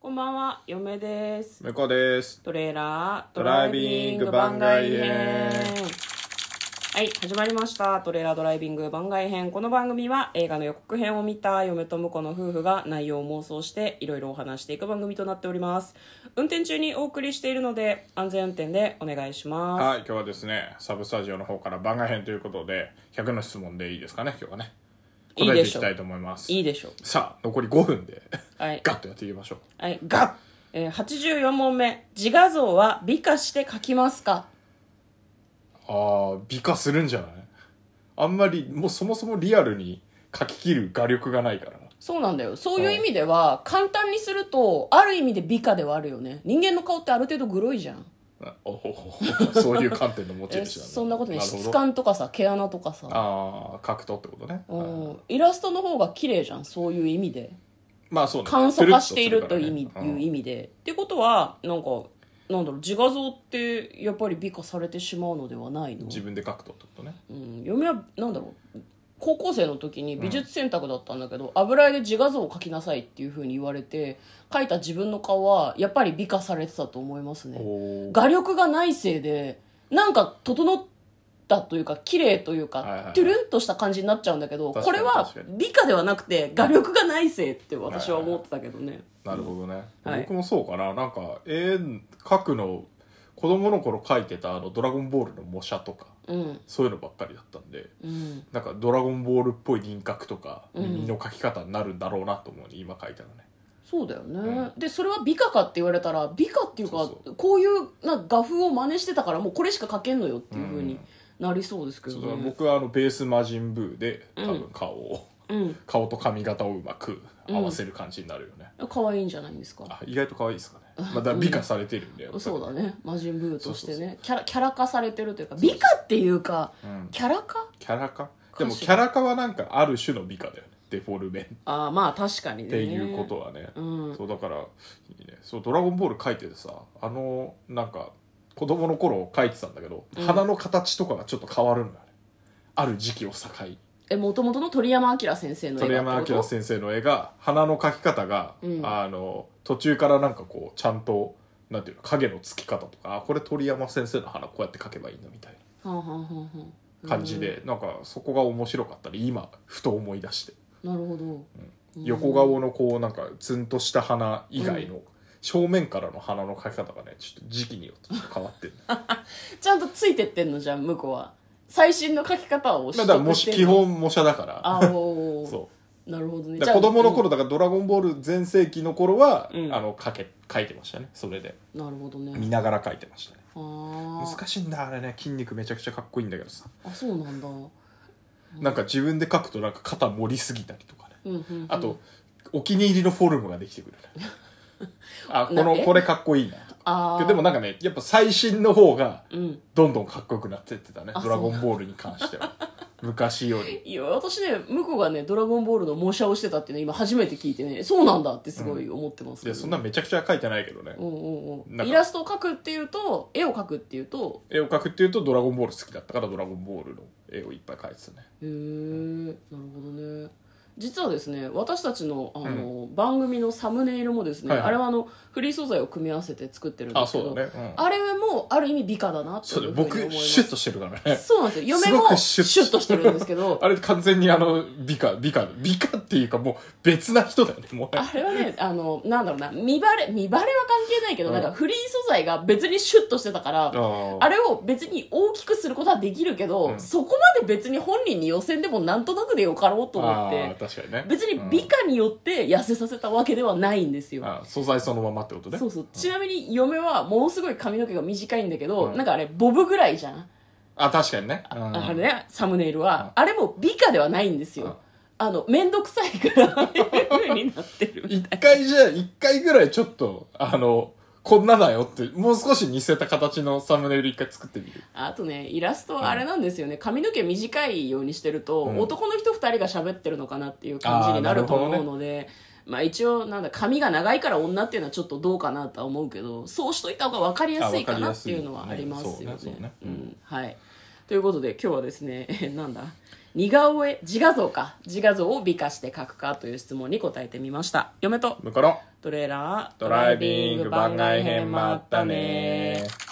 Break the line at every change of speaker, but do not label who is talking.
こんばんは、嫁です。
向こうです
トレーラード
ドライビング番外編
はい、始まりました。トレーラードライビング番外編。この番組は映画の予告編を見た嫁と婿の夫婦が内容を妄想していろいろお話していく番組となっております。運転中にお送りしているので安全運転でお願いします。
はい今日はですねサブスタジオの方から番外編ということで100の質問でいいですかね今日はね
いい
答え
で
てい
しょ
き
う
たいと思います
いいでしょう。
さあ残り5分で
はい。
ガッとやっていきましょう
はい、ガッ、えー、84問目。自画像は美化して描きますか
ああ美化するんじゃないあんまりもうそもそもリアルに書き切る画力がないからな
そうなんだよ。そういう意味では、簡単にすると、ある意味で美化ではあるよね。人間の顔ってある程度グロいじゃん。
あおおそういう観点の持ち主
え
なんだ
そんなことね、
るほど
質感とかさ、毛穴とかさ。
ああ格闘ってことね
う
はい
んイラストの方が綺麗じゃん、そういう意味で。
まあそうね
簡素化していると
つ
いう意
っ
味
とするからね
いううん意味で。ってことは、なんか、なんだろう、自画像ってやっぱり美化されてしまうのではないの
自分で格闘ってことね
うん、嫁はなんだろう高校生の時に美術選択だったんだけど、油絵で自画像を描きなさいっていうふうに言われて描いた自分の顔はやっぱり美化されてたと思いますね
おー
画力がないせいでなんか整ったというか綺麗というか、
はいはいはい
トゥルンとした感じになっちゃうんだけど
確
こ
かに
れは
確かに
美化ではなくて画力がないせいって私は思ってたけどね、
なるほどね、
はい
僕もそうかななんか絵描くの子供の頃描いてたあの「ドラゴンボール」の模写とか
うん
そういうのばっかりだったんで
うん
なんか「ドラゴンボール」っぽい輪郭とか
うん
耳の描き方になるんだろうなと思うね今描いたらね
そうだよね、
うん
でそれは美化かって言われたら美化っていうか
そう
こういうなんか画風を真似してたからもうこれしか描けんのよっていうふう
う
に
ん
なりそうですけど
そうだから
ね、
僕はあのベース魔人ブーで多
う
分顔を、
うん
顔と髪型をうまく合わせる感じになるよね、
可愛いんじゃないんですか
あ意外と可愛いですかね、まあ、だから美化されてるんで、やっぱり
そうだね魔人ブーとしてね
そう
キャラキャラ化されてるというか美化っていうか、
うん
キャラ化
キャラ化
し
で
ら
もキャラ化はなんかある種の美化だよねデフォルメっ
ああまあ確かにね
ていうことはね
うん
そうだからいいねそう「ドラゴンボール」書いててさあのなんか子供の頃書いてたんだけど、
うん
鼻の形とかがちょっと変わるのよねある時期を境に
え元々の鳥山明先生の
鳥
映画
山
って
明
こと
先生の絵が鼻の描き方が、
うん
あの途中からなんかこうちゃんとなんていうの影のつき方とかあこれ鳥山先生の鼻こうやって描けばいいんだみたい
はんはんはんはん
な感じで、なんかそこが面白かったり今ふと思い出して
うんなるほど、
横顔のこうなんかツンとした鼻以外の、正面からの鼻の描き方がねちょっと時期によってちょっと変わってる
ちゃんとついてってんのじゃん向こうは最新の書き方を
まあ
取
だから
得
も
し
して
ん
基
の
本模写だから
あおー
そ
なるほどね
うだから子供の頃だから「ドラゴンボール」全盛期の頃は、
うん
あの書け書いてましたねそれで
じゃあうんなるほど
見
ね
ながら書いてましたね
あー
難しいんだあれね筋肉めちゃくちゃかっこいいんだけどさ
あそうなんだ、うん
なんか自分で書くとなんか肩盛りすぎたりとかね
うんうん、
あとお気に入りのフォルムができてくるね あこ
なん
の
で
これかっこいいなとか
あー
でもなんかねやっぱ最新の方が
うん
どんどんかっこよくなってってたね「
あ
ドラゴンボール」に関して は昔より
いや私ね向こうがね「ドラゴンボール」の模写をしてたっていうの今初めて聞いてねそうなんだってすごい思ってます
い
け
や
ど
そんなめちゃくちゃ書いてないけどね
うんうんうん
なん
イ
か
ラストを描くっていうと絵を描くっていうと
絵を描くっていうと「ドラゴンボール」好きだったから「ドラゴンボール」の絵をいっぱい描いてたね
へえなるほどね実はですね私たちのあの、番組のサムネイルもですね、
はいはい
あれはあのフリー素材を組み合わせて作ってるんで
あ
すけど
そうだね、うん、
あれもある意味美化だなって
そう
い
だ
う
ね
ふうに思い
僕
ます
シュッとしてるからね
そうなんですよ
す
嫁
ご
も
く
シ
シ
ュ
ュッ
ッとしてるんですけ ど
あれ完全にあの美化美化美化っていうかもう別な人だよねもうね
あれはねあのなんだろうな見バレ見バレは関係ないけど、
うん
なんかフリー素材が別にシュッとしてたから、あ
あ
れを別に大きくすることはできるけど、
うん
そこまで別に本人に寄せんでもなんとなくでよかろうと思っ
あ
て
確かにね
別に美化によって痩せさせたわけではないんですよ、
うんあ素材そのままってことね
そうそうちなみに嫁はものすごい髪の毛が短いんだけど、
うん
なんかあれボブぐらいじゃん
あ確かにねうん
あのね、サムネイルは、あれも美化ではないんですよ。
うん
あの、めんどくさいから、 ああいう風になってる。
一回じゃあ一回ぐらいちょっとあのこんなだよってもう少し似せた形のサムネイル一回作ってみる
あとね、イラストはあれなんですよね。髪の毛短いようにしてると、
うん
男の人二人が喋ってるのかなっていう感じになると
あーな
思
る
う
ほ
ので、まあ一応、なんだ、髪が長いから女っていうのはちょっとどうかなとは思うけど、そうしといた方が分かりやすいかなっていうのはありますよ
あわかりやすい
ね
ねそうね。
う
そうね
んはい。ということで今日はですね、 えなんだ似顔絵、自画像か。自画像を美化して描くかという質問に答えてみました。嫁と
だから
トレーラー
ドライビング番外編もあったねー